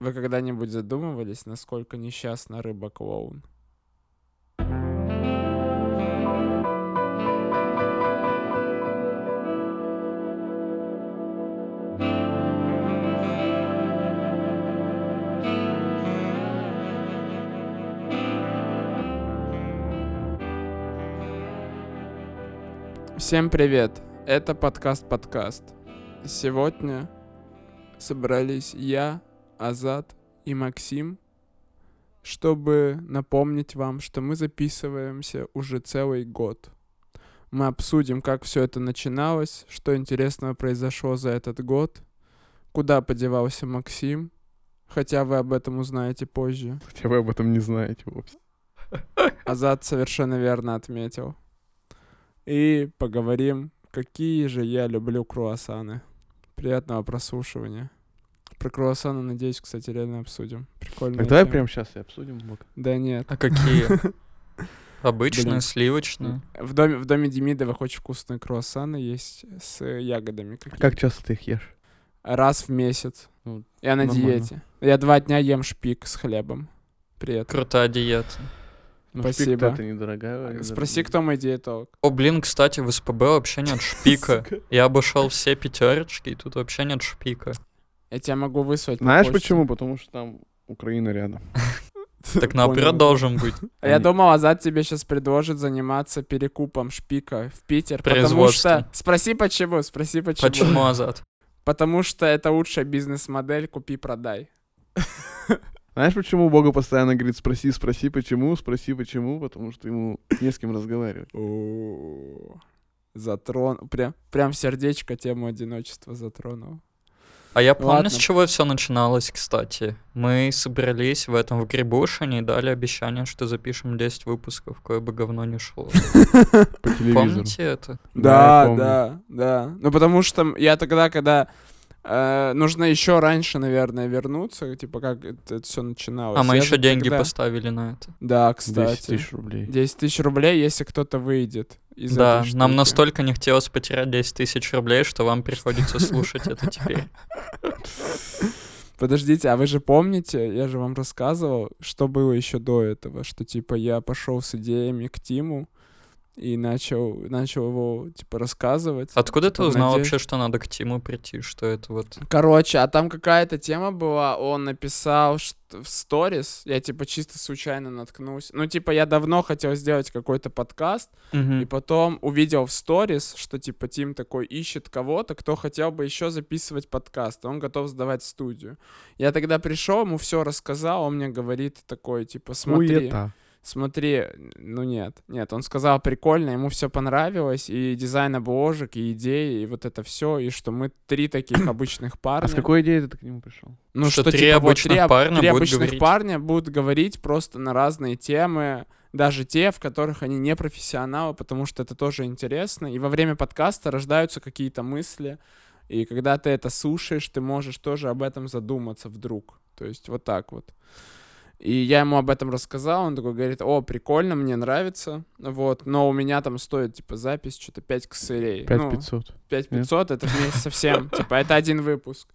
Вы когда-нибудь задумывались, насколько несчастна рыба-клоун? Всем привет! Это подкаст-подкаст. Сегодня собрались я, Азат и Максим, чтобы напомнить вам, что мы записываемся уже целый год. Мы обсудим, как все это начиналось, что интересного произошло за этот год, куда подевался Максим, хотя вы об этом узнаете позже. Хотя вы об этом не знаете вовсе. Азат совершенно верно отметил. И поговорим, какие же я люблю круассаны. Приятного прослушивания. Про круассаны, надеюсь, кстати, реально обсудим. Прикольно. Так давай прямо сейчас и обсудим. Мак. Да нет. А какие? Блин. Обычные, А. сливочные. В доме, в доме Демидовых очень вкусные круассаны есть с ягодами. А какие-то. как часто ты их ешь? Раз в месяц. Ну, Я на нормально. диете. Я два дня ем шпик с хлебом. Привет. Крутая диета. Ну, Спасибо. шпик-то Это недорогая. А, Спроси, недорогая. кто мой диетолог. О, блин, кстати, в СПБ вообще нет шпика. Сука. Я обошел все пятерочки, и тут вообще нет шпика. Я тебя могу выслать. по Знаешь почте. почему? Потому что там Украина рядом. Так наоборот Понял. должен быть. А Я Они- думал, Азат тебе сейчас предложит заниматься перекупом шпика в Питер, потому Производством. что... Спроси почему, спроси почему. Почему Азат? Потому что это лучшая бизнес-модель купи-продай. Знаешь, почему Бога постоянно говорит спроси, спроси, почему, спроси, почему? Потому что ему не с кем разговаривать. О, Затрон... Прям, прям сердечко тему одиночества затронул. А я помню, с Ладно. чего все начиналось, кстати. Мы собрались в этом в Грибушине и дали обещание, что запишем 10 выпусков, кое бы говно не шло. По телевизору. Помните это? я Да, помню. да, да. Ну, потому что м- я тогда, когда... э, нужно еще раньше, наверное, вернуться, типа, как это, все начиналось. А мы Я еще же деньги тогда- поставили на это. Да, 10 кстати. тысяч рублей. 10 тысяч рублей, если кто-то выйдет из Да, этой нам штуки. настолько не хотелось потерять 10 тысяч рублей, что вам приходится слушать это теперь. Подождите, а вы же помните, я же вам рассказывал, что было еще до этого, что типа я пошел с идеями к Тиму и начал, начал его типа рассказывать. Откуда ты Типа, узнал надеюсь. вообще, что надо к Тиму прийти, что это вот... Короче, а там какая-то тема была, он написал что в сторис, я типа чисто случайно наткнулся. Ну, типа, я давно хотел сделать какой-то подкаст, и Мгм. потом увидел в сторис, что типа Тим такой ищет кого-то, кто хотел бы еще записывать подкаст, он готов сдавать студию. Я тогда пришел, ему все рассказал, он мне говорит такой, типа, смотри, Хуета. смотри, ну нет, нет, он сказал прикольно, ему все понравилось, и дизайн обложек, и идеи, и вот это все, и что мы три таких обычных парня. А с какой идеей ты к нему пришел? Ну Что что, три типа, вот обычных три, об- парня три будут обычных говорить. парня будут говорить просто на разные темы, даже те, в которых они не профессионалы, потому что это тоже интересно. И во время подкаста рождаются какие-то мысли, и когда ты это слушаешь, ты можешь тоже об этом задуматься вдруг. То есть вот так вот. И я ему об этом рассказал, он такой говорит, о, прикольно, мне нравится, вот, но у меня там стоит, типа, запись, что-то 5 косырей. Ну, 5500. 5500 это вместе совсем, типа, это один выпуск.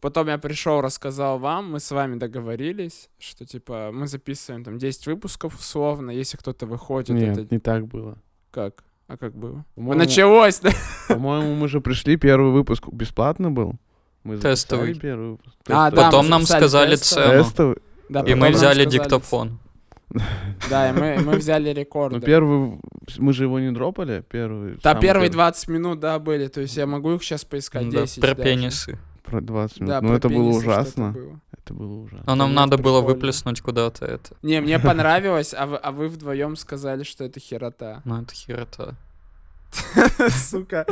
Потом я пришел, рассказал вам, мы с вами договорились, что, типа, мы записываем там 10 выпусков условно, если кто-то выходит, это Нет, не так было. как? А как было? По-моему, Началось, да? По-моему, мы же пришли, первый выпуск бесплатно был. Мы записали Тестовый. первый выпуск. А, Тестовый. да, Потом мы нам записали сказали тест, цену, Тестовый. Да, и потом мы нам взяли сказали- диктофон. Да, и мы, и мы взяли Ну, рекорды. первый... Мы же его не дропали, первый. Да, самый первые 20 минут, да, были, то есть я могу их сейчас поискать, Да, 10 Про даже. пенисы. Про 20 минут. Да, ну, про это было пенисы что-то ужасно. было. Это было ужасно. Но А нам это надо было прикольно. выплеснуть куда-то это. Не, мне понравилось, а вы, а вы вдвоем сказали, что это херота. Ну, это херота. Сука.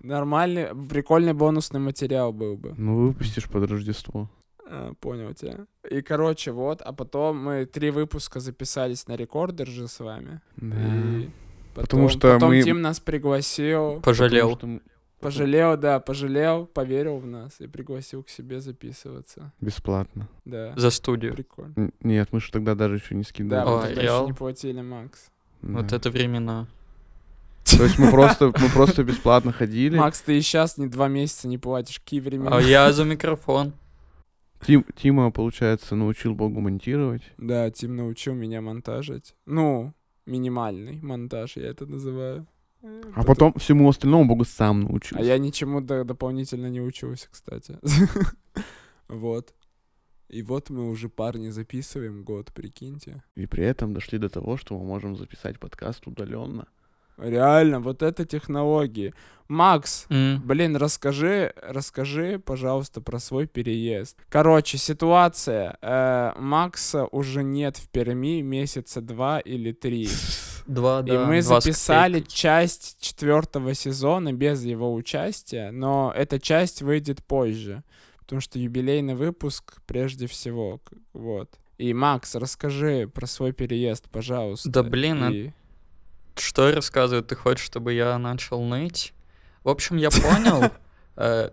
Нормальный, прикольный бонусный материал был бы. Ну, выпустишь под Рождество. А, Понял тебя. И, короче, вот, а потом мы три выпуска записались на рекордер же с вами. И Потому потом- что потом мы- Тим нас пригласил, Пожалел. Потому что пожалел, да, пожалел, поверил в нас и пригласил к себе записываться. Бесплатно. Да, За студию. прикольно. Н- Нет, мы же тогда даже еще не скидывали. Да, Ой, мы тогда еще реал. не платили, Макс. Вот Да. это времена. То есть мы просто, мы просто бесплатно ходили. Макс, ты и сейчас не два месяца не платишь, какие времена. А я за А микрофон. Тим- Тима, получается, научил Богу монтировать. Да, Тим научил меня монтажить. Ну, минимальный монтаж, я это называю. А потом всему остальному Богу сам научился. А я ничему до- дополнительно не учился, кстати. Вот. И вот мы уже парни записываем год, прикиньте. И при этом дошли до того, что мы можем записать подкаст удаленно. Реально, вот это технологии. Макс, М. Блин, расскажи, расскажи, пожалуйста, про свой переезд. Короче, ситуация. Э, Макса уже нет в Перми месяца два или три. Два, И да, мы два с записали копейкой. часть четвертого сезона без его участия, но эта часть выйдет позже, потому что юбилейный выпуск прежде всего, к- вот. И Макс, расскажи про свой переезд, пожалуйста. Да блин, а- И- Что рассказывает? Ты хочешь, чтобы я начал ныть? В общем, я понял. э,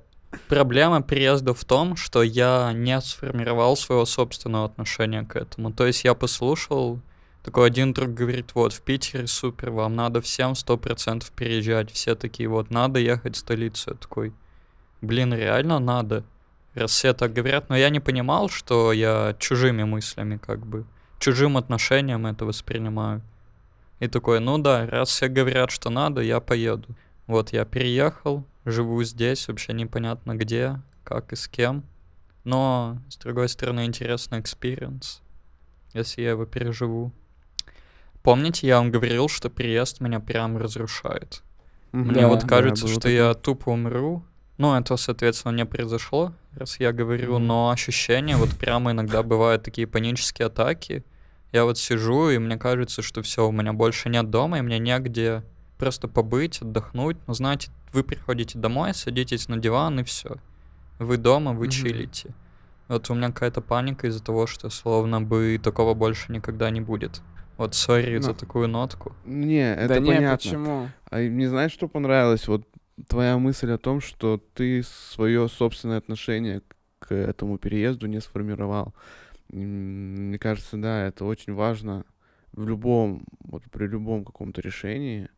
Проблема переезда в том, что я не сформировал своего собственного отношения к этому. То есть я послушал, такой один друг говорит, вот, в Питере супер, вам надо всем 100% переезжать. Все такие, вот, надо ехать в столицу. Я такой, блин, реально надо? Раз все так говорят, но я не понимал, что я чужими мыслями как бы, чужим отношением это воспринимаю. И такой, ну да, раз все говорят, что надо, я поеду. Вот я переехал, живу здесь, вообще непонятно где, как и с кем. Но, с другой стороны, интересный экспириенс, если я его переживу. Помните, я вам говорил, что переезд меня прям разрушает. Мне Да. вот Да, кажется, было что такое. я тупо умру. Ну, это, соответственно, не произошло, раз я говорю, Мгм. но ощущения, вот прямо иногда бывают такие панические атаки. Я вот сижу, и мне кажется, что все, у меня больше нет дома, и мне негде просто побыть, отдохнуть. Но знаете, вы приходите домой, садитесь на диван, и все. Вы дома, вы Мгм. чилите. Вот у меня какая-то паника из-за того, что словно бы такого больше никогда не будет. Вот сори за Ну. такую нотку. Не, э, это да не, понятно. почему? А и мне знаешь, что понравилось? Вот твоя мысль о том, что ты свое собственное отношение к- к этому переезду не сформировал. М, Мне кажется, да, это очень важно в любом, вот при любом каком-то решении,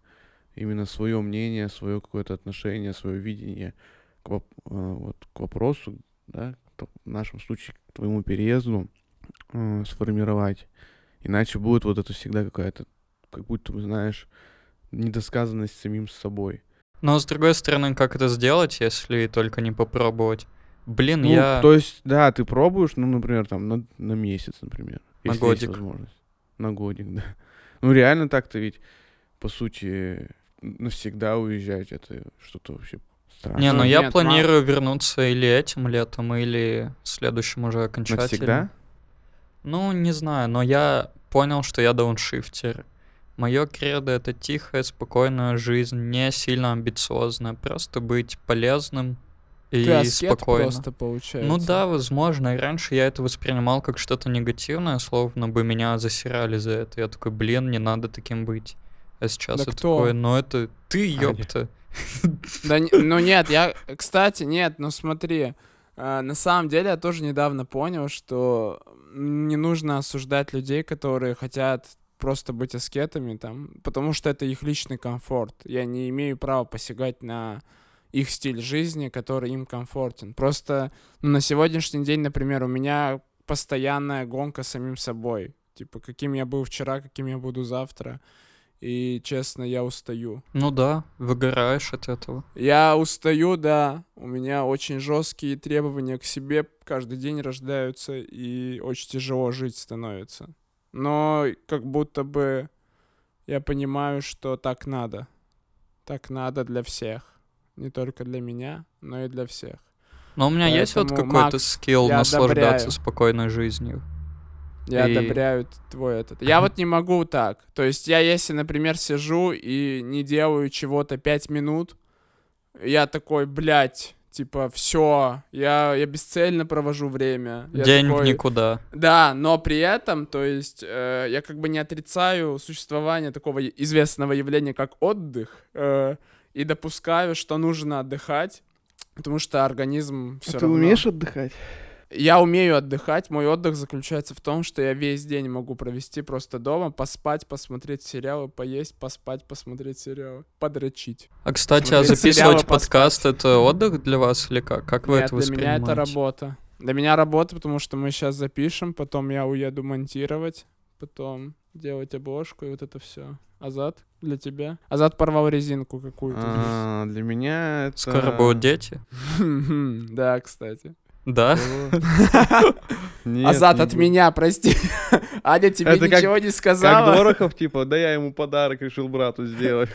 именно свое мнение, свое какое-то отношение, свое видение к, воп- э, вот, к вопросу, да, то- в нашем случае к твоему переезду э, сформировать. Иначе будет вот это всегда какая-то, как будто бы, знаешь, недосказанность с самим собой. Но с другой стороны, как это сделать, если только не попробовать? Блин, Ну, я... то есть, да, ты пробуешь, ну, например, там, на, на месяц, например. На если годик. Есть возможность. На годик, да. Ну, реально так-то ведь, по сути, навсегда уезжать, это что-то вообще странное. Не, Ну, ну я нет, планирую вернуться или этим летом, или следующим уже окончательно. Навсегда? Ну, не знаю, но я понял, что я дауншифтер. Мое кредо — это тихая, спокойная жизнь, не сильно амбициозная, просто быть полезным и Ты аскет спокойно. просто получается. Ну да, возможно. И раньше я это воспринимал как что-то негативное, словно бы меня засирали за это. Я такой, блин, не надо таким быть. А сейчас Да я кто? такой, ну это ты, Аня. ёпта. Да, не- ну нет, я, кстати, нет, ну смотри, э, на самом деле я тоже недавно понял, что не нужно осуждать людей, которые хотят просто быть аскетами там, потому что это их личный комфорт. Я не имею права посягать на их стиль жизни, который им комфортен. Просто ну, на сегодняшний день, например, у меня постоянная гонка с самим собой. Типа, каким я был вчера, каким я буду завтра. И, честно, я устаю. Ну да, выгораешь от этого. Я устаю, да. У меня очень жесткие требования к себе каждый день рождаются, и очень тяжело жить становится. Но как будто бы я понимаю, что так надо. Так надо для всех. Не только для меня, но и для всех. Но у меня есть вот Поэтому, какой-то Макс, скилл я наслаждаться одобряю. спокойной жизнью. Я И- одобряю т- твой этот. Я вот не могу так. То есть я, если, например, сижу и не делаю чего-то пять минут, я такой, блядь, типа, все, я, я бесцельно провожу время. Я День в такой, никуда. Да, но при этом, то есть, э, я как бы не отрицаю существование такого и- известного явления, как отдых, э, и допускаю, что нужно отдыхать, потому что организм все А ты равно... умеешь отдыхать? Я умею отдыхать. Мой отдых заключается в том, что я весь день могу провести просто дома, поспать, посмотреть сериалы, поесть, поспать, посмотреть сериалы, подрочить. А, кстати, а Смотреть сериалы, записывать поспать. подкаст — это отдых для вас или как? Как вы Нет, для это меня воспринимаете? это работа. Для меня работа, потому что мы сейчас запишем, потом я уеду монтировать, потом делать обложку и вот это все. Азат, для тебя? Азат порвал резинку какую-то. А, для меня это... Скоро будут дети. Мгм, Да, кстати. Да? Нет, Азат не от буду. меня, прости. Аня тебе Это как- ничего не Как сказала. Дорохов, типа, да я ему подарок решил брату сделать.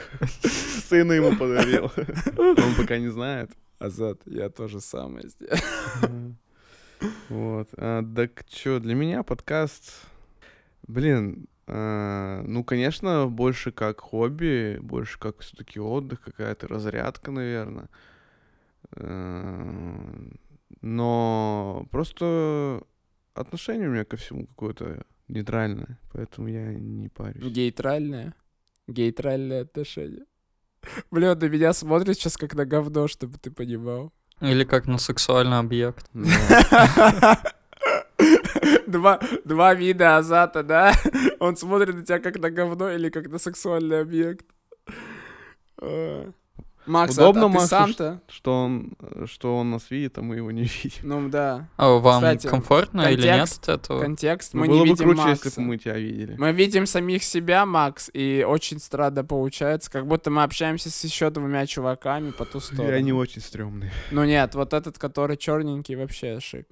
Сына ему подарил. Он пока не знает. Азат, я тоже самое сделал. Э, Вот. А, Так чё, для меня подкаст... Блин, а, ну, конечно, больше как хобби, больше как все таки отдых, какая-то разрядка, наверное. Но просто отношение у меня ко всему какое-то нейтральное, поэтому я не Ну, парюсь. Гейтральное. Гейтральное отношение. Блин, на меня смотрит сейчас как на говно, чтобы ты понимал. Или как на сексуальный объект. Да. Два, два вида азата, да? Он смотрит на тебя как на говно или как на сексуальный объект. Э. Макс, а- Удобно а ты Максу, сам-то? Что он, э, что он нас видит, а мы его не видим. Ну да, А вам Кстати, комфортно или нет контекст- от этого? контекст. Ну, Мы было не бы видим круче, Макса. если бы мы тебя видели. Мы видим самих себя, Макс, и очень странно получается, как будто мы общаемся с еще двумя чуваками по ту И они сторону. очень стрёмные. Ну нет, вот этот, который черненький, вообще шик.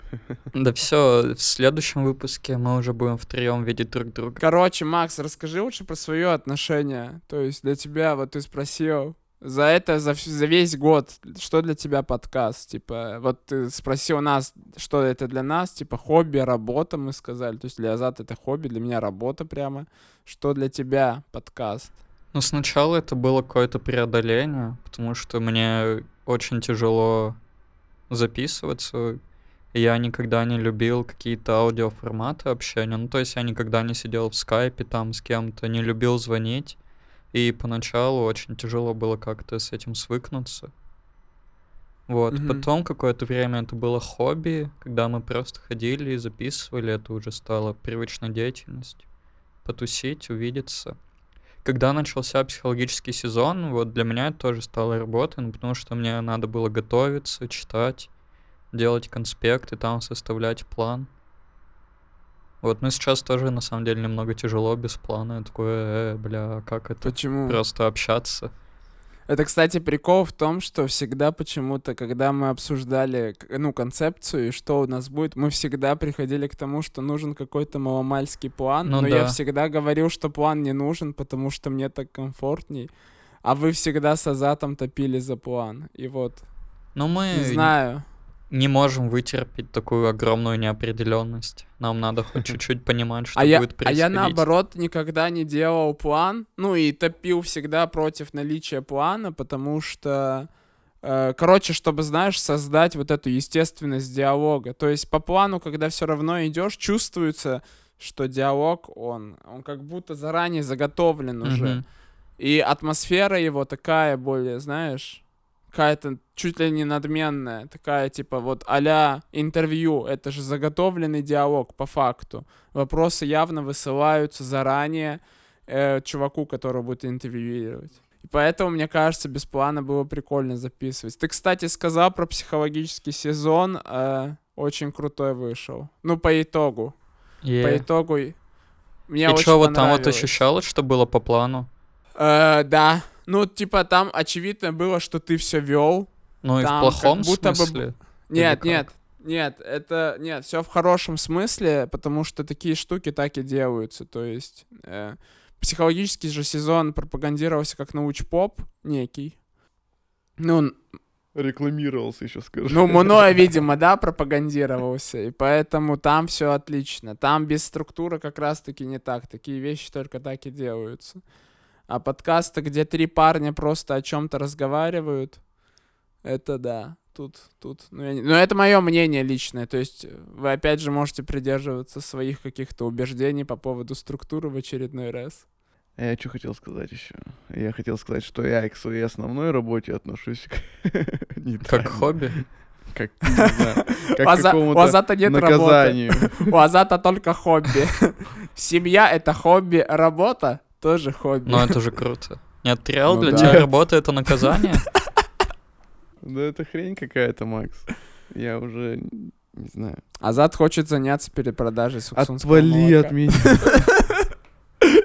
Да все, в следующем выпуске мы уже будем втроем видеть друг друга. Короче, Макс, расскажи лучше про свое отношение. То есть для тебя, вот ты спросил, за это, за, вс- за весь год, что для тебя подкаст? Типа, вот ты спросил нас, что это для нас, типа, хобби, работа, мы сказали. То есть для Азат это хобби, для меня работа прямо. Что для тебя подкаст? Но сначала это было какое-то преодоление, потому что мне очень тяжело записываться. Я никогда не любил какие-то аудиоформаты общения. Ну, то есть я никогда не сидел в скайпе там с кем-то, не любил звонить. И поначалу очень тяжело было как-то с этим свыкнуться. Вот. Мгм. Потом какое-то время это было хобби, когда мы просто ходили и записывали. Это уже стало привычной деятельностью. Потусить, увидеться. Когда начался психологический сезон, вот для меня это тоже стало работой, ну, потому что мне надо было готовиться, читать, делать конспекты, там составлять план. Вот, ну сейчас тоже на самом деле немного тяжело без плана. Я такой, «Э, бля, как это? Почему? Просто общаться. Это, кстати, прикол в том, что всегда почему-то, когда мы обсуждали, к- ну, концепцию и что у нас будет, мы всегда приходили к тому, что нужен какой-то маломальский план, Ну но я да. всегда говорил, что план не нужен, потому что мне так комфортней, а вы всегда с Азатом топили за план, и вот, Но мы не знаю, не можем вытерпеть такую огромную неопределенность. Нам надо хоть чуть-чуть понимать, что а я, будет а происходить. я наоборот никогда не делал план, ну и топил всегда против наличия плана, потому что, э, короче, чтобы, знаешь, создать вот эту естественность диалога. То есть по плану, когда все равно идешь, чувствуется, что диалог, он, он как будто заранее заготовлен уже. Мгм. И атмосфера его такая более, знаешь, какая-то чуть ли не надменная, такая типа вот а-ля интервью, это же заготовленный диалог по факту. Вопросы явно высылаются заранее э, чуваку, которого будет интервьюировать. И поэтому, мне кажется, без плана было прикольно записывать. Ты, кстати, сказал про психологический сезон, э, очень крутой вышел. Ну, по итогу. Е. По итогу и- мне И очень что, вот там вот понравилось. ощущалось, что было по плану? Э, да. Ну, типа, там очевидно было, что ты все вел. Ну и Там в плохом как будто бы смысле? Нет, как? нет, нет, это нет, все в хорошем смысле, потому что такие штуки так и делаются. То есть э, психологический же сезон пропагандировался как науч-поп некий. Ну, н- Рекламировался еще, скажи. ну, мною, видимо, да, пропагандировался. И поэтому там все отлично. Там без структуры как раз-таки не так. Такие вещи только так и делаются. А подкасты, где три парня просто о чем-то разговаривают, это да. Тут, тут. Ну, я не- Но это мое мнение личное. То есть э, вы опять же можете придерживаться своих каких-то убеждений по поводу структуры в очередной раз. А я что хотел сказать еще? Я хотел сказать, что я к своей основной работе отношусь к... Как нейтрально. хобби? Как, не знаю, У Ну как Аза- у какому-то Азата нет работы. наказанию. У Азата только хобби. Семья — это хобби, работа — тоже хобби. Но это же круто. Нет, реал Ну для да. тебя работа это наказание? Да это хрень какая-то, Макс. Я уже Не знаю. Азат хочет заняться перепродажей суксунского Отвали молока. от меня.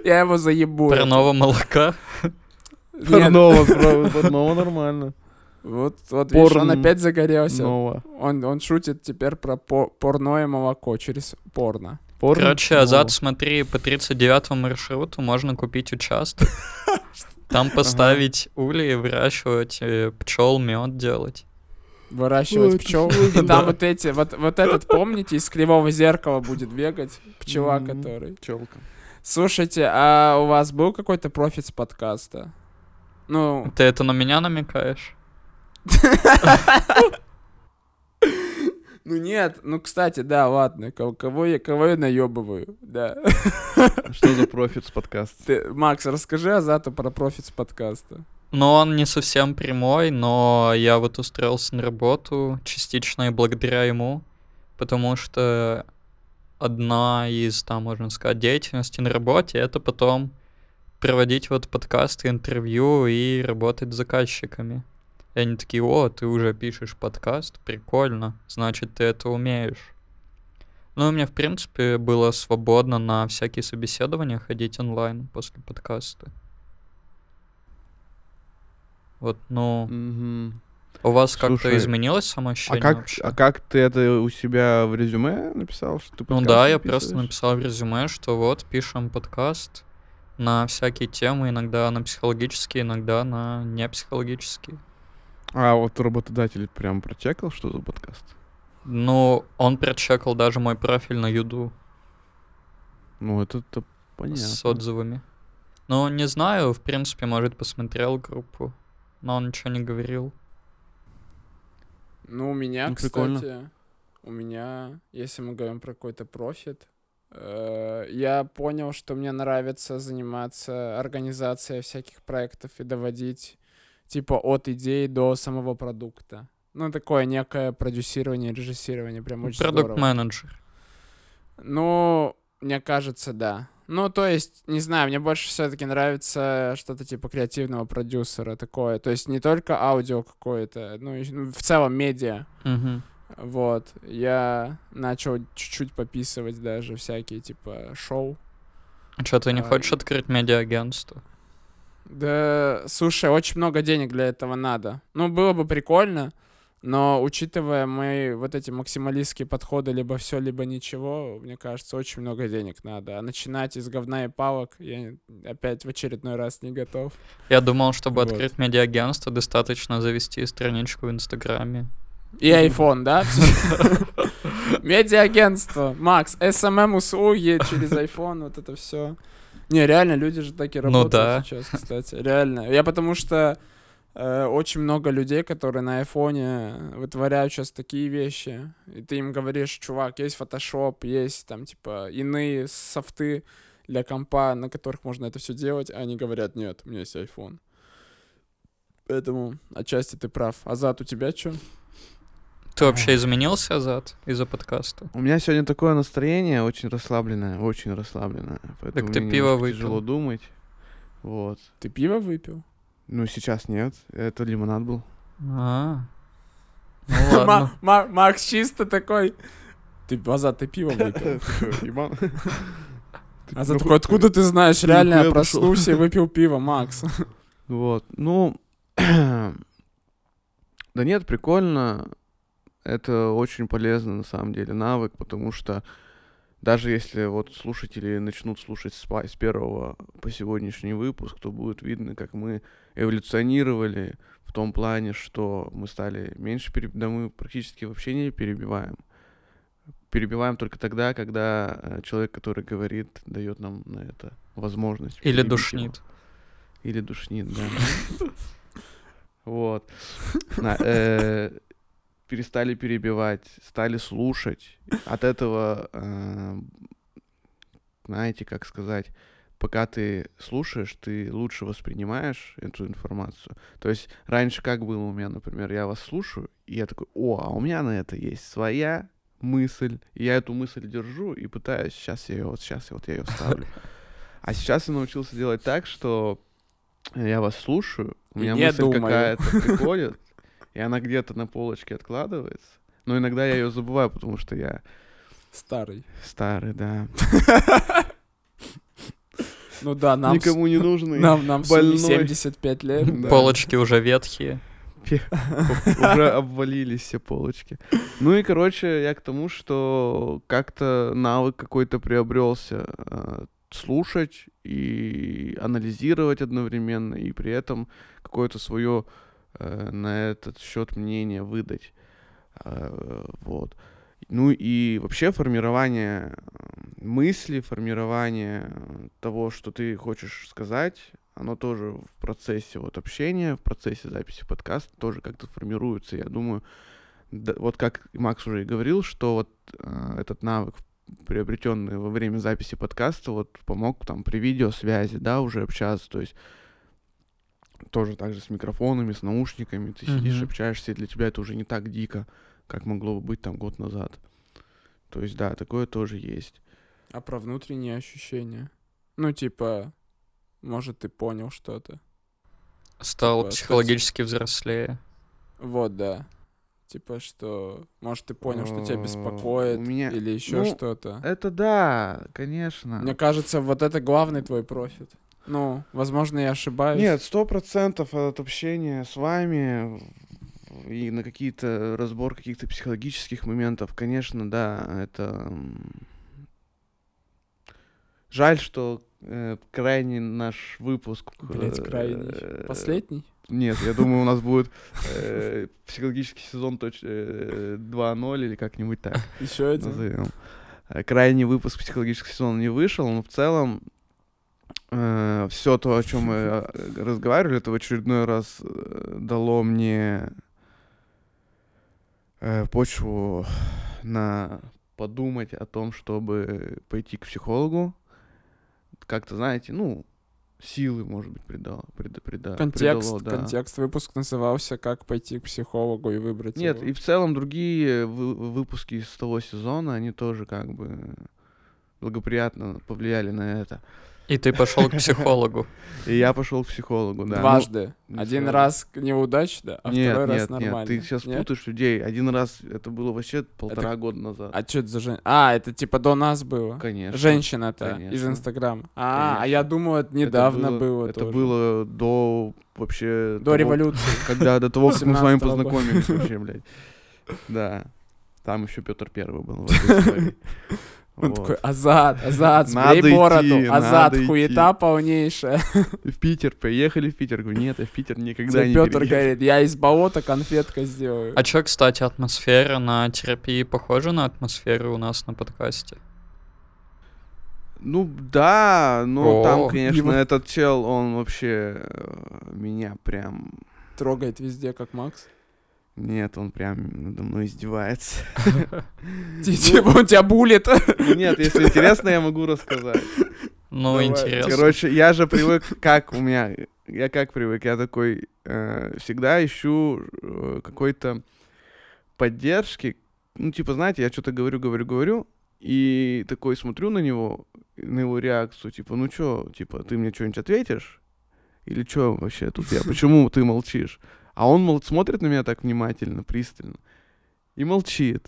Я его заебу. Парного молока. Нет, Парного, про- парного нормально. Вот, вот видишь, он Порн- опять загорелся. Ново. Он, он шутит теперь про по- порное молоко через порно. Порно? Короче, Ново. Азат, смотри, по 39 маршруту можно купить участок. Там поставить ули, выращивать пчел, мед делать. Выращивать Ой, это пчел. сложно, И да. там вот эти, вот, вот этот, помните, из кривого зеркала будет бегать пчела, Мгм. который. Пчелка. Слушайте, а у вас был какой-то профит с подкаста? Ну, Ты это на меня намекаешь? ну нет, ну кстати, да, ладно, кого, кого я, кого я наебываю, да. Что за профит с подкаста? Ты, Макс, расскажи Азату про профит с подкаста. Но он не совсем прямой, но я вот устроился на работу частично и благодаря ему, потому что одна из, там, можно сказать, деятельности на работе — это потом проводить вот подкасты, интервью и работать с заказчиками. И они такие, о, ты уже пишешь подкаст, прикольно, значит, ты это умеешь. Ну, и мне, в принципе, было свободно на всякие собеседования ходить онлайн после подкаста. Вот, ну, Мгм. у вас как-то Слушай, изменилось самоощущение А как, вообще? а как ты это у себя в резюме написал, что ты Ну подкаст да, я записываешь? просто написал в резюме, что вот, пишем подкаст на всякие темы, иногда на психологические, иногда на непсихологические. А вот работодатель прям прочекал, что за подкаст? Ну, он прочекал даже мой профиль на Юду Ну, это-то понятно. с отзывами. Ну, не знаю, в принципе, может, посмотрел группу, но он ничего не говорил. Ну, у меня, Ну, кстати, прикольно. у меня, если мы говорим про какой-то профит, э, я понял, что мне нравится заниматься организацией всяких проектов и доводить типа от идей до самого продукта. Ну, такое некое продюсирование, режиссирование, прям очень здорово. Продукт-менеджер. Ну, мне кажется, да. Ну, то есть, не знаю, мне больше все-таки нравится что-то типа креативного продюсера такое. То есть не только аудио какое-то, ну, и, ну, в целом медиа. Мгм. Вот, я начал чуть-чуть пописывать даже всякие, типа, шоу. А чё, ты не А, хочешь и- открыть медиа-агентство? Да, слушай, очень много денег для этого надо. Ну, было бы прикольно, но учитывая мои вот эти максималистские подходы, либо все, либо ничего, мне кажется, очень много денег надо. А начинать из говна и палок я не- опять в очередной раз не готов. Я думал, чтобы Вот. открыть медиа-агентство, достаточно завести страничку в Инстаграме. И iPhone, да? Медиа-агентство, Макс, SMM-услуги через iPhone, вот это все. Не, реально, люди же так и Ну работают да. сейчас, кстати. Реально. Я потому что э, очень много людей, которые на айфоне вытворяют сейчас такие вещи. И ты им говоришь, чувак, есть Photoshop, есть там, типа, иные софты для компа, на которых можно это все делать, а они говорят, нет, у меня есть iPhone. Поэтому отчасти ты прав. Азат, у тебя что? Ты вообще изменился, Азат, из-за подкаста? У меня сегодня такое настроение, очень расслабленное, очень расслабленное. Поэтому ты мне пиво немножко выпил. тяжело думать. Вот. Ты пиво выпил? Ну, сейчас нет. Это лимонад был. А. Ну Ма- ладно. Ма- Макс чисто такой. Ты, Азат, ты пиво выпил. Азат такой, А откуда ты знаешь? ты Реально, я нахуя пошёл?» проснулся и выпил пиво, Макс. Вот. Ну, да нет, прикольно. Это очень полезный, на самом деле, навык, потому что даже если вот слушатели начнут слушать с, па- с первого по сегодняшний выпуск, то будет видно, как мы эволюционировали в том плане, что мы стали меньше переб... да мы практически вообще не перебиваем. Перебиваем только тогда, когда э, человек, который говорит, дает нам на это возможность. Или перебить его. душнит. Или душнит, да. Вот. На- э, Перестали перебивать, стали слушать. От этого, э, знаете, как сказать, пока ты слушаешь, ты лучше воспринимаешь эту информацию. То есть раньше как было у меня, например, я вас слушаю, и я такой, о, а у меня на это есть своя мысль, и я эту мысль держу и пытаюсь, сейчас я ее, вот сейчас я вот я ее вставлю. А сейчас я научился делать так, что я вас слушаю, у И меня не мысль думаю. какая-то приходит, и она где-то на полочке откладывается, Но иногда я ее забываю, потому что я Старый. старый, да. Ну да, нам... с- Никому не нужный. Нам, нам с Соней больной. 75 лет. да. Полочки уже ветхие. Уже обвалились все полочки. Ну и, короче, я к тому, что как-то навык какой-то приобрелся э, слушать и анализировать одновременно, и при этом какое-то свое э, на этот счет мнение выдать. Э, Вот. Ну и вообще формирование э, мысли, формирование э, того, что ты хочешь сказать, оно тоже в процессе вот общения, в процессе записи подкаста тоже как-то формируется. Я думаю, да, вот как и Макс уже и говорил, что вот э, этот навык, приобретенный во время записи подкаста, вот помог там при видеосвязи, да, уже общаться, то есть тоже также с микрофонами, с наушниками, ты сидишь, Мгм. общаешься, и для тебя это уже не так дико, как могло бы быть там год назад. То есть, да, такое тоже есть. А про внутренние ощущения? Ну, типа, может, ты понял что-то. Стал Типа, что психологически взрослее. Вот, да. Типа, что... Может, ты понял, что тебя Э, беспокоит у меня- или еще ну, что-то. Это да, конечно. Мне кажется, вот это главный твой профит. Ну, возможно, я ошибаюсь. Нет, сто процентов от общения с вами и на какие-то разбор каких-то психологических моментов, конечно, да, это м, жаль, что э, крайний наш выпуск. Блять, э, крайний. Последний? Нет, я думаю, у нас будет э, психологический сезон точ- э, 2.0 или как-нибудь так Еще один? назовем. Э, Крайний выпуск психологического сезона не вышел, но в целом все то, о чем мы э, разговаривали, это в очередной раз э, дало мне э, почву на подумать о том, чтобы пойти к психологу. Как-то, знаете, ну, силы, может быть, придало. прида- прида- Контекст, придало, да. контекст. Выпуск назывался «Как пойти к психологу и выбрать Нет, его». и в целом другие вы- выпуски из того сезона, они тоже как бы благоприятно повлияли на это. И ты пошел к психологу. И я пошел к психологу, да. Дважды. ну, Один всё. раз неудачно, Ну, а нет, второй раз нет, нормально. нет, ты сейчас Нет? путаешь людей. Один раз это было вообще полтора года назад. А что это за женщина? А, это типа до нас было. Конечно. Женщина-то из Конечно. Инстаграма. А, а Конечно. я думал, это Это недавно было- было. Это тоже. было до вообще... До того, революции. Когда до того, как мы с вами 17-го года. познакомились вообще, блядь. Да. Там еще Петр Первый был. в этой истории. Он Вот. такой, Азат, Азат, Надо сбрей идти, бороду, Азат, надо идти». хуета полнейшая. В Питер, поехали в Питер. Говорю, нет, я в Питер никогда не Петр перееду. говорит, я из болота конфетка сделаю. А чё, кстати, атмосфера на терапии похожа на атмосферу у нас на подкасте? Ну да, но О. там, конечно, Его- этот чел, он вообще э, меня прям... Трогает везде, как Макс. Нет, он прям надо мной издевается. Типа он тебя булит. Ну Нет, если интересно, я могу рассказать. Ну, Давай. интересно. Короче, я же привык, как у меня... Я как привык, я такой э, всегда ищу э, какой-то поддержки. Ну, типа, знаете, я что-то говорю, говорю, говорю, и такой смотрю на него, на его реакцию, типа, ну чё, типа, ты мне что-нибудь ответишь? Или чё вообще тут я? Почему ты молчишь? А он мол, смотрит на меня так внимательно, пристально, и молчит.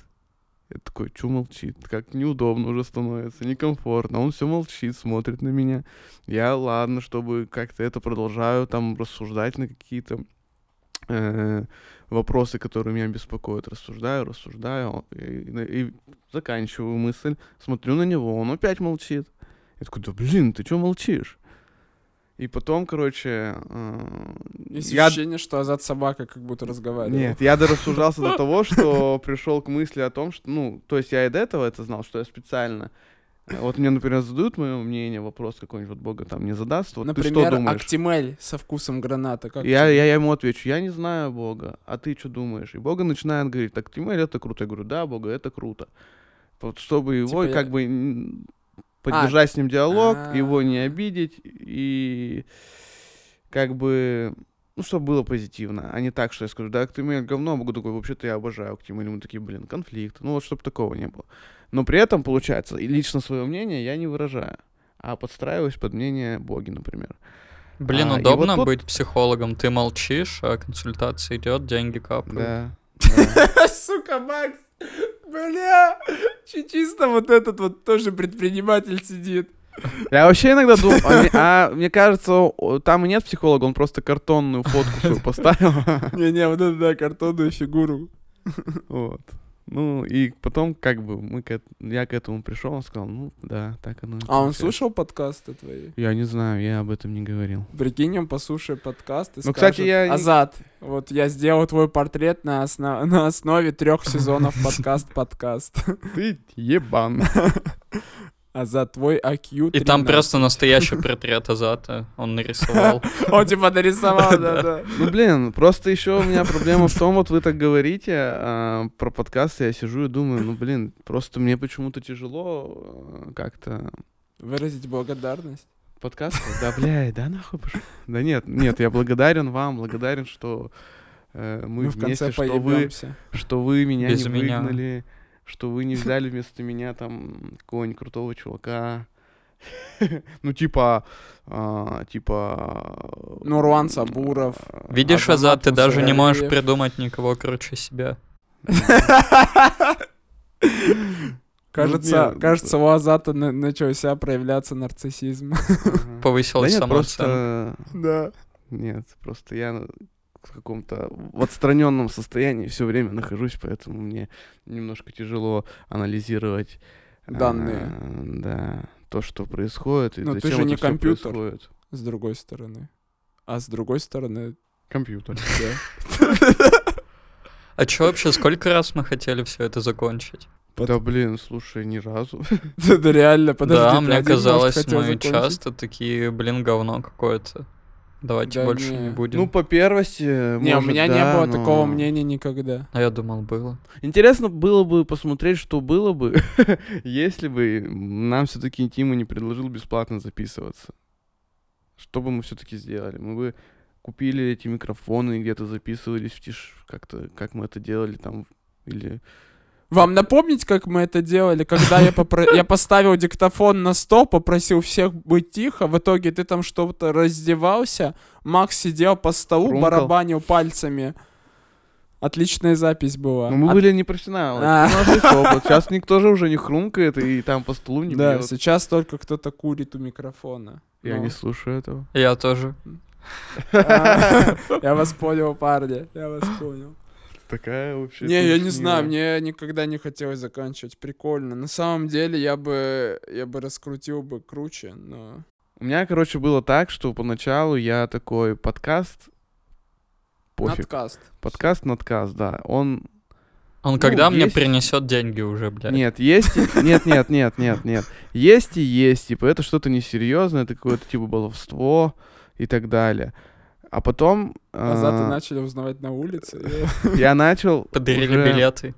Я такой, чё молчит? Как неудобно уже становится, некомфортно. Он все молчит, смотрит на меня. Я, ладно, чтобы как-то это продолжаю там рассуждать на какие-то э, вопросы, которые меня беспокоят. Рассуждаю, рассуждаю и, и- и заканчиваю мысль. Смотрю на него, он опять молчит. Я такой, да блин, ты чё молчишь? И потом, короче, э, Есть я- ощущение, что Азат собака как будто разговаривает. нет, я дорассуждался до того, что пришел к мысли о том, что, ну, то есть я и до этого это знал, что я специально. э, Вот мне, например, задают мое мнение, вопрос какой-нибудь вот Бога там не задаст. Вот ты что Например, а думаешь? Актимель со вкусом граната. Как Я, тебе? я ему отвечу, я не знаю Бога, а ты что думаешь? И Бога начинает говорить, так Тимель, это круто. Я говорю, да, Бога, это круто. Вот чтобы его Типа я- как бы м, поддержать с ним диалог, его не А. обидеть и как бы, ну, чтобы было позитивно, а не так, что я скажу, да, Актимель говно, Бог такой, вообще-то я обожаю Актимель, мы такие, блин, конфликт, ну вот, чтобы такого не было. Но при этом, получается, и лично свое мнение я не выражаю, а подстраиваюсь под мнение Боги, например. А, Блин, и вот удобно тут- быть психологом. Ты молчишь, а консультация идет, деньги капают. Да, Сука, Макс! Бля! Чи- Чисто вот этот вот тоже предприниматель сидит. Я вообще иногда думаю, а мне- а мне кажется, о, там и нет психолога, он просто картонную фотку свою поставил. Не-не, вот это да, картонную фигуру. Вот. Ну, и потом, как бы, мы к эт- я к этому пришел, он сказал, ну, да, так оно и А он получается. слушал подкасты твои? Я не знаю, я об этом не говорил. Прикинь, он послушает подкаст и Ну, кстати, скажет, я не- Азат, вот я сделал твой портрет на, осна- на основе трех сезонов подкаст-подкаст. Ты ебан. Азат, твой IQ И там 13. просто настоящий портрет Азата он нарисовал. Он типа нарисовал, да-да. Ну, блин, просто еще у меня проблема в том, вот вы так говорите а, про подкасты, я сижу и думаю, ну, блин, просто мне почему-то тяжело э, как-то Выразить благодарность. подкасты. Да, бля, да нахуй пошел. Да нет, нет, я благодарен вам, благодарен, что э, мы, Мы в вместе, конце что вы, поебемся. что вы меня Без не меня. выгнали, что вы не взяли вместо меня там какого-нибудь крутого чувака. Ну, типа, а, типа... э, Нурлан Сабуров. а, Видишь, Азамат Азат, ты даже не можешь Мусагалиев. придумать никого круче себя. Кажется, нет, кажется, у Азата на- начался проявляться нарциссизм. ага. Да Повысилась нет, самооценка. просто... Да. Нет, просто я на- в каком-то в отстраненном состоянии все время нахожусь, поэтому мне немножко тяжело анализировать а, Данные. да, то, что происходит и Но ты зачем же не это всё компьютер. происходит. С другой стороны. А с другой стороны, Компьютер. да. А чё вообще, сколько раз мы хотели все это закончить? Да блин, слушай, ни разу. Да реально, подожди. да, ты мне один, может, казалось, хотел мы закончить? часто такие, блин, говно какое-то. Давайте Да больше не, не. будем. Ну, по первости, Не, у может, меня не да, было но- такого мнения никогда. А я думал, было. Интересно было бы посмотреть, что было бы, если бы нам все-таки Тима не предложил бесплатно записываться. Что бы мы все-таки сделали? Мы бы купили эти микрофоны и где-то записывались в тишь, как-то, как мы это делали там, или... Вам напомнить, как мы это делали, когда я, попро- я поставил диктофон на стоп, попросил всех быть тихо, в итоге ты там что-то раздевался, Макс сидел по столу, Хрумкал. барабанил пальцами. Отличная запись была. Ну, мы А- были не профессионалы. А. Сейчас никто же уже не хрумкает и там по столу не да, бьёт. сейчас только кто-то курит у микрофона. Я Ну. не слушаю этого. Я тоже. А, Я вас понял, парни, я вас понял. Такая вообще... Не, я не знаю, мне никогда не хотелось заканчивать. Прикольно. На самом деле я бы я бы раскрутил бы круче, но. У меня, короче, было так, что поначалу я такой подкаст... Пофиг. Надкаст. Подкаст надкаст, да. Он. Он Ну, когда мне есть. принесет деньги уже, блядь? Нет, есть. и- Нет, нет, нет, нет, нет. Есть и есть. Типа, это что-то несерьезное, это какое-то типа баловство и так далее. А потом а, Назад и начали узнавать на улице. и- я начал. Подарили уже- билеты.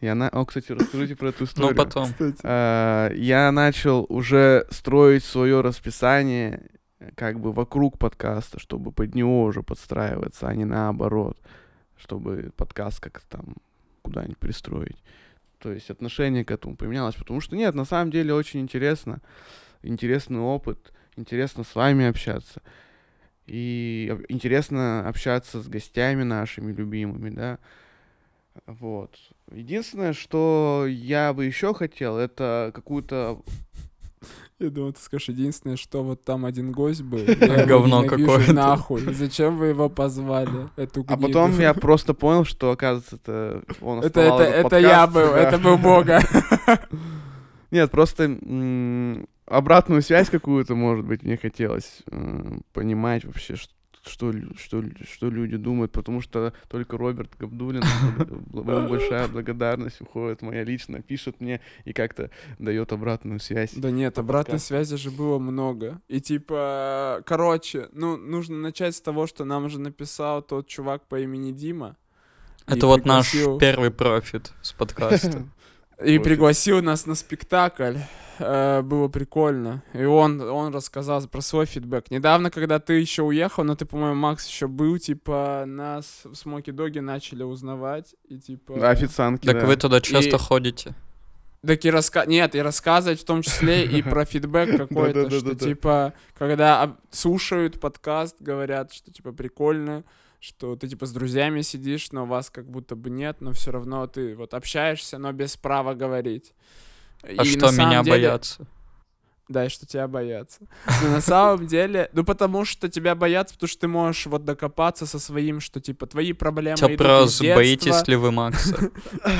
Я на... О, кстати, расскажите про эту историю. Ну, потом. А, я начал уже строить свое расписание э, как бы вокруг подкаста, чтобы под него уже подстраиваться, а не наоборот, чтобы подкаст как-то там куда-нибудь пристроить. То есть отношение к этому поменялось, потому что нет, на самом деле очень интересно, интересный опыт, интересно с вами общаться. И об- интересно общаться с гостями нашими любимыми, да. Вот. Единственное, что я бы еще хотел, это какую-то... Я думал, ты скажешь, единственное, что вот там один гость был. Говно какое-то. какое Нахуй. Зачем вы его позвали? Эту А гниду. потом я просто понял, что, оказывается, это он Это, основал это, этот это я подкаст, был, да. это был Бога. Нет, просто м, обратную связь какую-то, может быть, мне хотелось м, понимать вообще, ш- что, лю- что, лю- что люди думают, потому что только Роберт Габдулин, бл- большая благодарность уходит моя лично, пишет мне и как-то дает обратную связь. Да нет, обратной подкаст. связи же было много. И типа, короче, ну, нужно начать с того, что нам же написал тот чувак по имени Дима. И Это вот наш пригласил- первый профит с подкаста. И Против. пригласил нас на спектакль. Э, Было прикольно. И он, он рассказал про свой фидбэк. Недавно, когда ты еще уехал, но ты, по-моему, Макс еще был, типа, нас в Смоки Доги начали узнавать. И типа... Официантки, Так да. вы туда часто И- ходите. Так и раска... Нет, и рассказывать в том числе и про фидбэк какой-то, что Да-да-да-да-да. типа, когда об- слушают подкаст, говорят, что типа прикольно, что ты типа с друзьями сидишь, но вас как будто бы нет, но все равно ты вот общаешься, но без права говорить. А что меня боятся? Да, и что тебя боятся. Но на самом деле, ну потому что тебя боятся, потому что ты можешь вот докопаться со своим, что типа твои проблемы Тебя идут из просто детства, боитесь ли вы Макса?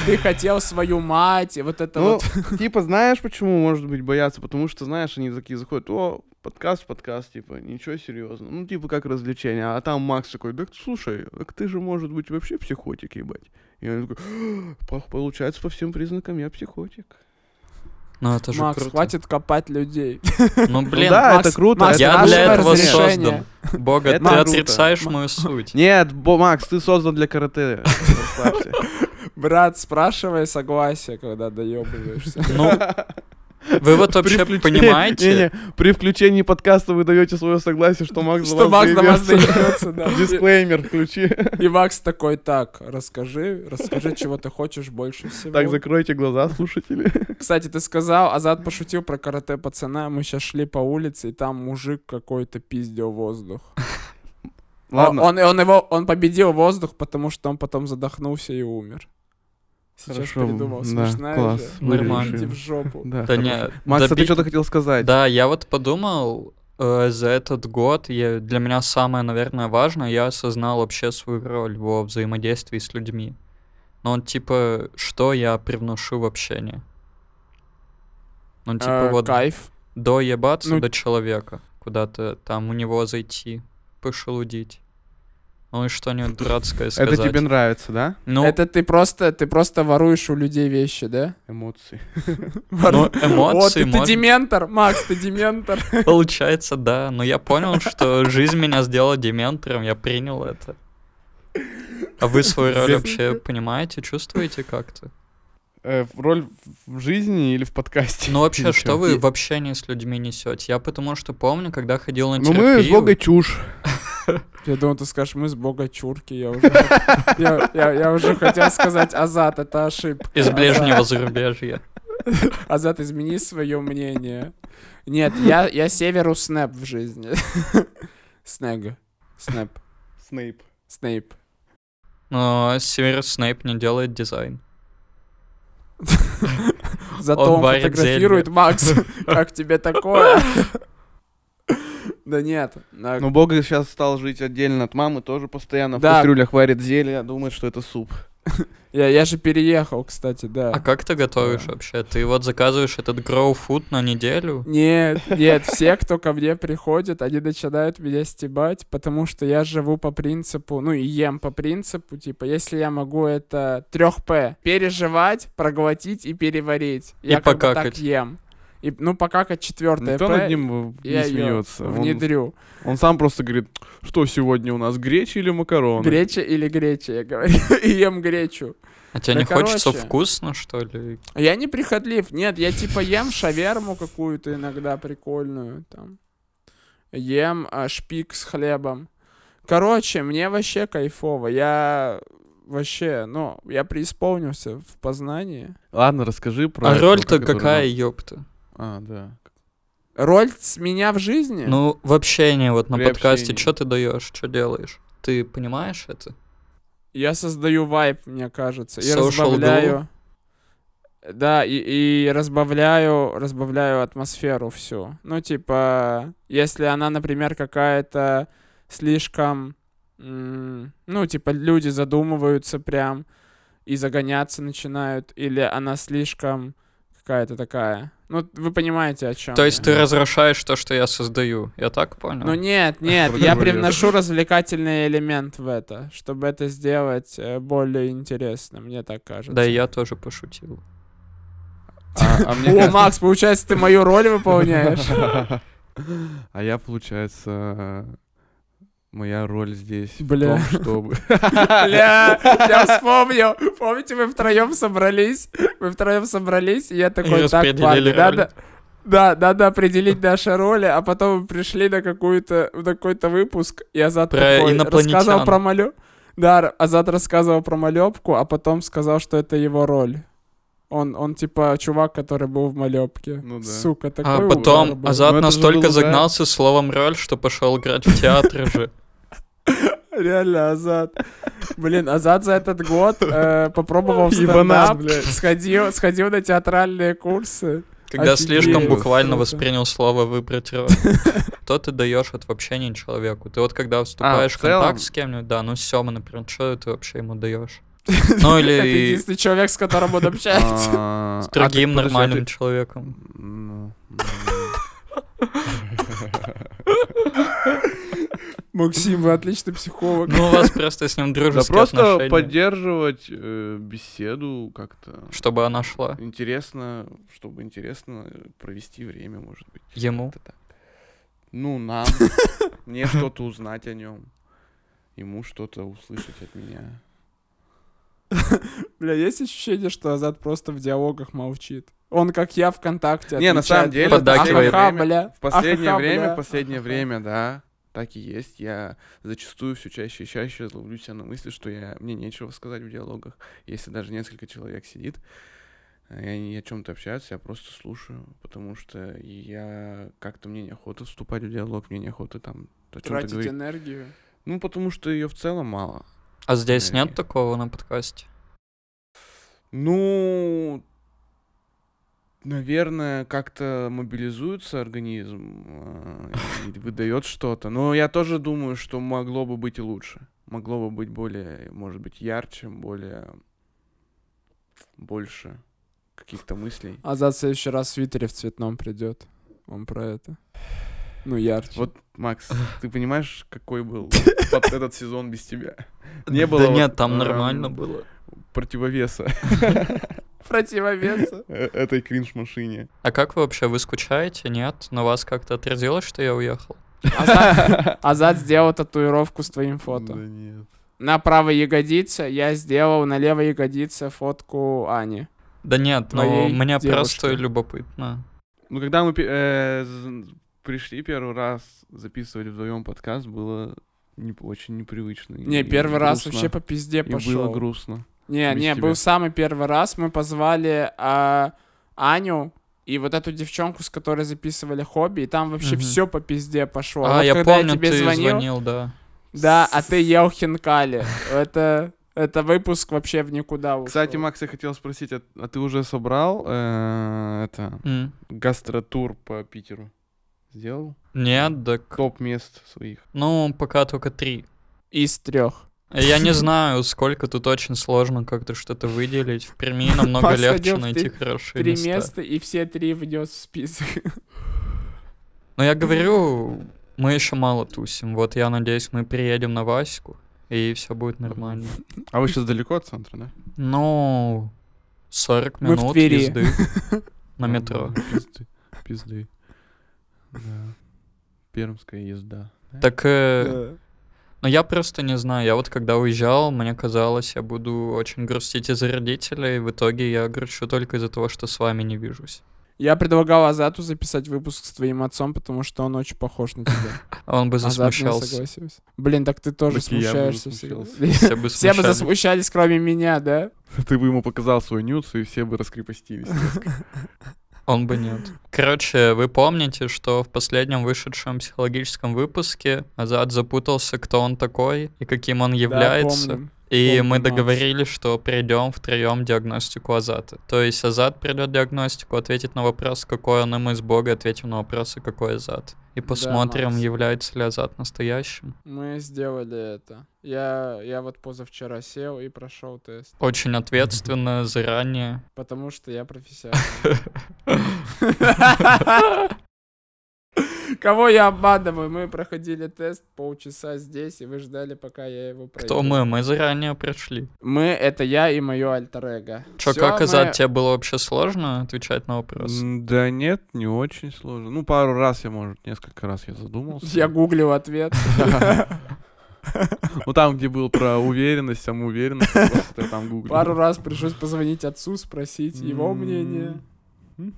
ты хотел свою мать, и вот это Ну, вот. Типа, знаешь, почему, может быть, боятся? Потому что, знаешь, они такие заходят, о, подкаст, подкаст, типа, ничего серьезного. Ну, типа, как развлечение. А там Макс такой, да слушай, так ты же, может быть, вообще психотик, ебать. И он такой, «По- получается, по всем признакам я психотик. Ну это же Макс, круто. хватит копать людей. Ну блин, да, Макс, это круто, Макс, это я наше для этого разрешение. создан. Бога, Это ты круто. отрицаешь мою суть. Нет, Бо- Макс, ты создан для карате. Расслабься. Брат, спрашивай согласие, когда доебываешься. Ну, вы вот вообще включении- понимаете, Не-не, при включении подкаста вы даете свое согласие, что Макс за Что Макс на вас заебётся. доебется, да. Дисклеймер включи. И и Макс такой, так, расскажи, расскажи, чего ты хочешь больше всего. Так, закройте глаза, слушатели. Кстати, ты сказал, Азат пошутил про карате пацана, мы сейчас шли по улице, и там мужик какой-то пиздил воздух. Ладно. Он, он его, он победил воздух, потому что он потом задохнулся и умер. Сейчас Хорошо, придумал, да, смешная класс, же. мы Нормально. Идите решили. в жопу. Да, да хорошо. не, Макс, а ты доби- что-то хотел сказать? Да, я вот подумал, э, за этот год я, для меня самое, наверное, важное, я осознал вообще свою роль во взаимодействии с людьми. Ну, типа, что я привношу в общение? Ну, типа, Э, вот Кайф. доебаться ну- до человека, куда-то там у него зайти, пошелудить. Ну и что-нибудь дурацкое Это сказать. тебе нравится, да? Ну, Это ты просто, ты просто воруешь у людей вещи, да? Эмоции. ну, Вору- О, эмоции, ты, ты может, дементор, Макс, ты дементор. получается, да. Но я понял, что жизнь меня сделала дементором, я принял это. А вы свою роль Блин. вообще понимаете, чувствуете как-то? Э, в Роль в- в жизни или в подкасте? Ну вообще, Или что вы чё? в общении с людьми несете? Я потому что помню, когда ходил на Ну мы с терапию... Бога чушь. Я думал, ты скажешь, мы с бога чурки, я уже, я, я- я уже хотел сказать, Азат, это ошибка. из Азат, ближнего зарубежья. Азат, измени свое мнение. Нет, я, я северу снэп в жизни. Снег. Снэп. Снейп. Снейп. Но Северус э, Снейп не делает дизайн. Зато он варит фотографирует зелье. Макс. Как тебе такое? Да нет. на- Но Ну, Бога сейчас стал жить отдельно от мамы, тоже постоянно в Да. кастрюлях варит зелье, думает, что это суп. Я я же переехал, кстати, А да. как ты готовишь Да. вообще? Ты вот заказываешь этот grow food на неделю? Нет, нет, все, кто ко мне приходит, они начинают меня стебать, потому что я живу по принципу, ну и ем по принципу, типа, если я могу это трех П, переживать, проглотить и переварить. И я как бы так покакать. ем. И, ну, покакать четвертое Никто П, над ним э, я не её смеется. Он- внедрю. Он сам просто говорит, что сегодня у нас, гречи или макароны? Греча или греча, я говорю, и ем гречу. А тебе Да не хочется короче. вкусно, что ли? Я не прихотлив, нет, я типа ем шаверму какую-то иногда прикольную, там, ем а, шпик с хлебом. Короче, мне вообще кайфово, я вообще, ну, я преисполнился в познании. Ладно, расскажи про... а этого, роль-то который какая, нам- ёпта? А, да. Роль с меня в жизни? Ну, в общении, вот на При подкасте, общении. что ты даешь, что делаешь? Ты понимаешь это? Я создаю вайп, мне кажется, и Social разбавляю... Да, и, и разбавляю, разбавляю атмосферу всю. Ну, типа, если она, например, какая-то слишком... м, Ну, типа, люди задумываются прям и загоняться начинают, или она слишком какая-то такая... Ну, вы понимаете, о чем То есть ты разрушаешь то, что я создаю. Я так понял? ну нет, нет, Вроде я бы нет. привношу развлекательный элемент в это, чтобы это сделать э, более интересно, мне так кажется. да, и я тоже пошутил. А, а мне О, кажется- Макс, получается, ты мою роль выполняешь. А я, получается, моя роль здесь Бля. в том, чтобы... А, Бля, я вспомнил. Помните, вы втроем собрались? Вы втроем собрались, и я И такой, так, распределили парни, роли. надо... Да, надо определить наши роли, а потом мы пришли на какую-то, на какой-то выпуск, и Азат Про такой инопланетян. рассказывал про малю. Да, Р- Азат рассказывал про малепку, а потом сказал, что это его роль. Он, он типа чувак, который был в малепке. Ну да. Сука, такой А угар потом был. Ну, Азат это же настолько было, да. загнался словом роль, что пошел играть в театр же. Реально, Азат. Блин, Азат за этот год э, попробовал Ебанат, стендап, блядь. сходил, сходил на театральные курсы. Когда Офигеть, слишком буквально круто. воспринял слово «выбрать рот», то ты даешь это вообще не человеку. Ты вот когда вступаешь в целом- контакт с кем-нибудь, да, ну Сема, например, что ты вообще ему даешь? Ну Это или единственный человек, с которым он общается. А, с а ты, другим подожди, а ты- нормальным человеком. Ну, м. Максим, вы отличный психолог. Ну, у вас просто с ним Да дружеские просто отношения. поддерживать э, беседу как-то. Чтобы она шла Интересно, чтобы интересно провести время, может быть. ему. Как-то так. Ну, нам. Мне что-то узнать о нем. Ему что-то услышать от меня. Бля, есть ощущение, что Азат просто в диалогах молчит. Он, как я, ВКонтакте Не, на самом отвечает, деле, блядь, поддакивает. «Ахаха, Время- бля, В последнее ахаха, время, бля». в последнее время, да, так и есть. Я зачастую все чаще и чаще ловлю себя на мысли, что я, мне нечего сказать в диалогах. Если даже несколько человек сидит, э, и они о чем-то общаются, я просто слушаю, потому что я как-то мне неохота вступать в диалог, мне неохота там о чем-то Тратить говорить. энергию. Ну, потому что ее в целом мало. А здесь Наверное. нет такого на подкасте? Ну, наверное, как-то мобилизуется организм а, и выдает что-то. Но я тоже думаю, что могло бы быть и лучше. Могло бы быть более, может быть, ярче, более больше каких-то мыслей. Азат в следующий раз в свитере в цветном придет. Он про это. Ну, ярче. Вот, Макс, ты понимаешь, какой был под этот сезон без тебя? Не было Да вот, нет, э, там эм, нормально было. Противовеса Противовеса. э, этой кринж-машине. А как вы вообще, вы скучаете? Нет? На вас как-то отразилось, что я уехал? Азат, Азат сделал татуировку с твоим А фото. Да нет. На правой ягодице я сделал на левой ягодице фотку Ани. Да нет, но Твоей мне просто девушке. любопытно. Ну, когда мы пе- э, з- пришли первый раз записывать вдвоем подкаст, было не, очень непривычно. и Не, первый раз грустно. вообще по пизде И было пошел. грустно. Не, без не, тебя. был самый первый раз. Мы позвали а, Аню и вот эту девчонку, с которой записывали хобби, и там вообще Мгм. все по пизде пошло. А, Вот я Ну, когда помню, тебе ты звонил, звонил, да. Да, а ты ел хинкали. Это, это выпуск вообще в никуда ушел. Кстати, Макс, я хотел спросить, а, а ты уже собрал э, это М. гастротур по Питеру? Сделал? Нет, так... Топ мест своих. Ну, пока только три. Из трех. Я не знаю, сколько тут очень сложно как-то что-то выделить. В Перми намного Пас легче ходил в найти три- хорошие Три места. места, и все три внес в список. Но я говорю, мы еще мало тусим. Вот я надеюсь, мы приедем на Ваську, и все будет нормально. А вы сейчас далеко от центра, да? Ну, 40 Мы в минут Твери. езды на метро. Нормально, Пизды. Пизды. Да. Пермская езда. Так, э, Да. ну я просто не знаю. Я вот когда уезжал, мне казалось, я буду очень грустить из-за родителей. В итоге я грущу только из-за того, что с вами не вижусь. Я предлагал Азату записать выпуск с твоим отцом, потому что он очень похож на тебя. А Он бы Азат не засмущался. согласился. Блин, так ты тоже Так и ну, я бы смущаешься всегда. Все Все бы бы засмущались. засмущались, кроме меня, да? Ты бы ему показал свой нюц, и все бы раскрепостились. Он бы нет. Короче, вы помните, что в последнем вышедшем психологическом выпуске Азат запутался, кто он такой и каким он является. Да, помню. И Помню, мы Макс. договорились, что придем втроем диагностику Азата. То есть Азат придет диагностику, ответит на вопрос, какой он им из Бога, ответим на вопросы, какой Азат. И Да, посмотрим, Макс. является ли Азат настоящим. Мы сделали это. Я, я вот позавчера сел и прошел тест, Очень ответственно, заранее. потому что я профессионал. Кого я обманываю? Мы проходили тест полчаса здесь, и вы ждали, пока я его пройду. Кто мы? Мы заранее пришли. Мы — это я и мое альтер эго. Че, Всё, как мы- Азат, тебе было вообще сложно отвечать на вопрос? М, Да нет, не очень сложно. Ну, пару раз я, может, несколько раз я задумался. Я гуглил ответ. Ну, там, где был про уверенность, самоуверенность, просто я там гуглил. Пару раз пришлось позвонить отцу, спросить его мнение. М.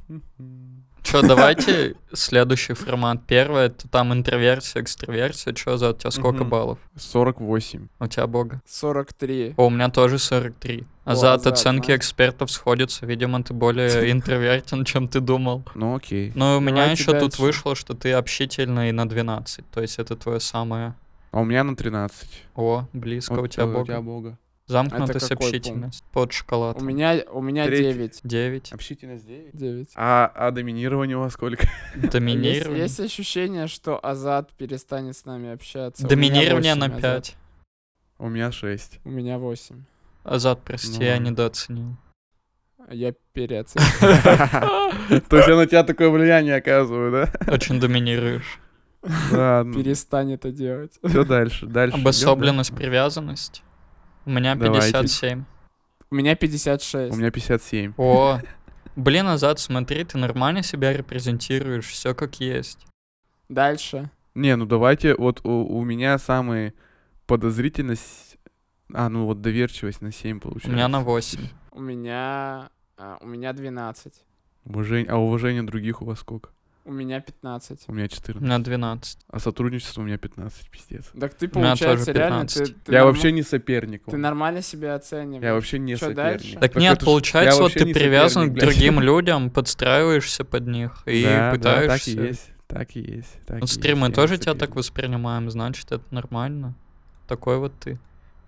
Че, давайте следующий формат. Первое, это там интроверсия, экстраверсия. Че, Азат, у тебя сколько Мгм. баллов? 48. У тебя Бога? 43. О, у меня тоже 43. О, А за Азат, оценки Настя. экспертов сходятся. Видимо, ты более интровертен, чем ты думал. Ну, окей. Но у меня Давайте еще тут дальше. вышло, что ты общительный на 12. То есть это твое самое А у меня на 13. О, близко Вот, у тебя э, Бог. Бога. Это Замкнутая какой сообщительность. Под шоколад. У меня, у меня Третий. 9. 9. Общительность 9. 9. А, а доминирование у вас сколько? Есть, Доминирование. есть ощущение, что Азат перестанет с нами общаться. У меня Доминирование на восемь, Азат. 5. У меня 6. У меня 8. Азат, прости, я Ну. недооценил. Я переоценил. То есть я на тебя такое влияние оказываю, да? Очень доминируешь. Ладно. Перестань это делать. Все дальше, дальше. идём, да? Обособленность, привязанность. У меня Давайте. 57. У меня 56. У меня 57. О, блин, Азат, смотри, ты нормально себя репрезентируешь, все как есть. Дальше. Не, ну давайте, вот у, у меня самые подозрительность... А, ну вот доверчивость на 7 У получается. меня на 8. У меня... а, у меня 12. Уважень- А уважение других у вас сколько? У меня 15. У меня У 14. меня 12. А сотрудничество у меня 15, пиздец. Так ты, У меня получается, тоже реально... 15. Ты, ты я норма- вообще не соперник. Ты вам. нормально себя оцениваешь. Я вообще не Чё соперник. дальше? Так, это нет, ж- получается, я вот вообще ты не привязан соперник, к блядь. другим людям, подстраиваешься под них и Да, да, так и пытаешься. есть, так и есть. так и Вот есть, стримы я не тоже тебя так соперник. воспринимаем, значит, это нормально. Такой вот ты.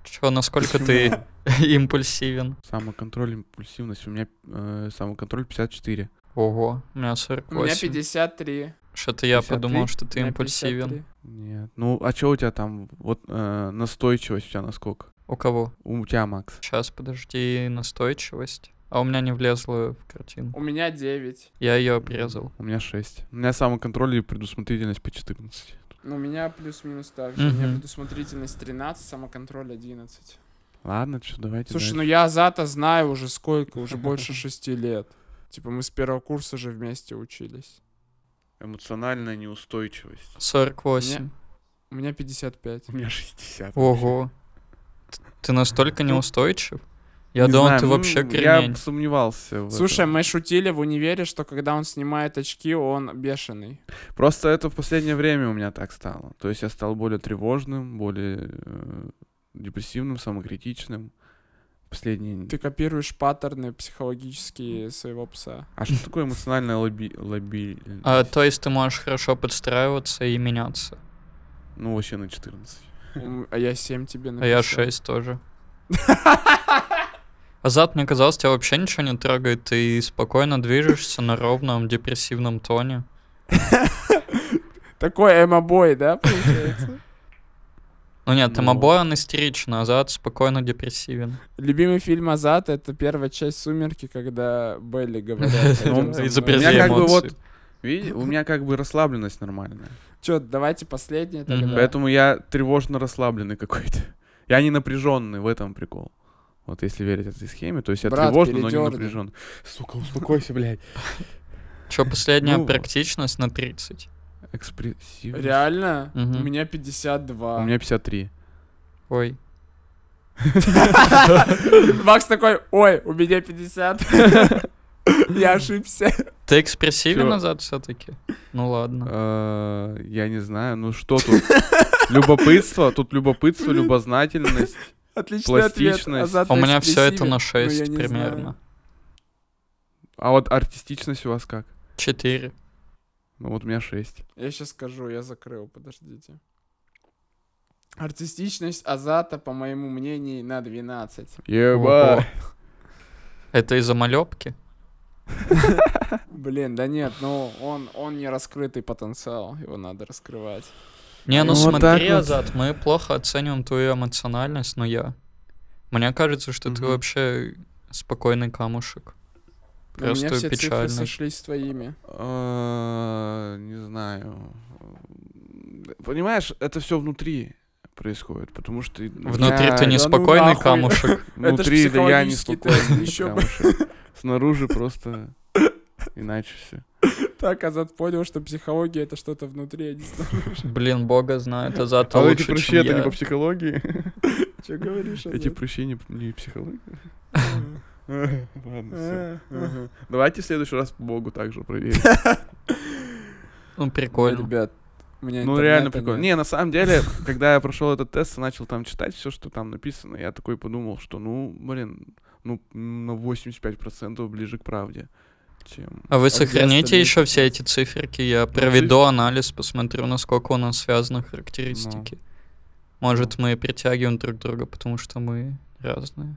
Чё, насколько ты импульсивен? Самоконтроль, импульсивность. У меня э, самоконтроль 54. Ого, у меня У меня 48. 53. Что-то я 53, подумал, что ты у меня импульсивен. 53. Нет. Ну, а что у тебя там? Вот э, настойчивость у тебя насколько? У кого? У тебя, Макс. Сейчас, подожди, настойчивость. А у меня не влезла в картину. У меня 9. Я ее обрезал. У меня 6. У меня самоконтроль и предусмотрительность по 14. Ну, У меня плюс-минус так же. У меня Мгм. предусмотрительность 13, самоконтроль 11. Ладно, что, давайте. Слушай, дальше. ну я Азата знаю уже сколько, уже больше шести лет. Типа мы с первого курса же вместе учились. ну, Эмоциональная неустойчивость. 48. У меня 55. У меня 60. Ого. Т- Ты настолько неустойчив? Я Не думал, знаю, ты ну, вообще Я кремень. сомневался. в Слушай, этом. мы шутили в универе, что когда он снимает очки, он бешеный. Просто это в последнее время у меня так стало. То есть я стал более тревожным, более э, депрессивным, самокритичным. Последние... Ты копируешь паттерны психологические своего пса. А что такое эмоциональная лоби... лобильность? А, то есть ты можешь хорошо подстраиваться и меняться. Ну, вообще на 14. М, А я 7 тебе А Ну, написал. я 6 тоже. Азат, мне казалось, тебя вообще ничего не трогает. Ты спокойно движешься на ровном депрессивном тоне. Такой эмо-бой, да, получается? Ну нет, Ну. там обои он истеричен, а Азат спокойно депрессивен. Любимый фильм Азат — это первая часть «Сумерки», когда Белли говорят. Ну, «Пойдём за мной». изобрази У меня как бы эмоции. вот- Видите, у меня как бы расслабленность нормальная. Чё, давайте последнее Мгм. тогда. Поэтому я тревожно расслабленный какой-то. Я не напряженный, в этом прикол. Вот если верить этой схеме, то есть я Брат, тревожный, но не передёрни. напряжен. Сука, успокойся, блядь. Чё, последняя Ну вот. практичность на 30. Экспрессивность. Реально? Мгм. У меня 52. У меня 53. Ой. Макс такой, ой, у меня 50. Я ошибся. Ты экспрессивен Чё? назад все-таки? Ну ладно. Э, Я не знаю, ну что тут? Любопытство, тут любопытство, любознательность. Отличный ответ. Пластичность. Азат А У меня все экспрессивен. это на Ну, я 6 не примерно. знаю. А вот артистичность у вас как? 4. Ну вот у меня 6. Я сейчас скажу, я закрыл, подождите. Артистичность Азата, по моему мнению, на 12. Э, Еба. Это из-за малепки? Блин, да нет, ну он, он не раскрытый потенциал, его надо раскрывать. Не, ну, Ну, вот так смотри, вот. Азат, мы плохо оцениваем твою эмоциональность, но я. Мне кажется, что ты Мгм. вообще спокойный камушек. Но у меня Просто все цифры печально. сошлись с твоими. Э, Не знаю. Понимаешь, это все внутри происходит, потому что... Внутри я ты не да ну спокойный нахуй. камушек. Это ж Внутри да я не психологический спокойный, тест, ещё бы. потому что Снаружи просто иначе все. Так, Азат понял, что психология это что-то внутри, а не снаружи. Блин, бога знает, Азат А вот эти лучше, прыщи, чем это не я. по психологии? Че говоришь, Эти Азат? прыщи не, не психологи? Ладно, Э, все. ага. Давайте в следующий раз по богу также проверим. Ну, Ой, прикольно. ребят, у меня Ну, реально интернета прикольно. нет. Не, на самом деле, когда я прошел этот тест и начал там читать все, что там написано, я такой подумал, что, ну, блин, ну, м, на 85% ближе к правде, чем... А вы где сохраните остальные еще все эти циферки, я проведу анализ, посмотрю, насколько у нас связаны характеристики. Может, мы притягиваем друг друга, потому что мы разные.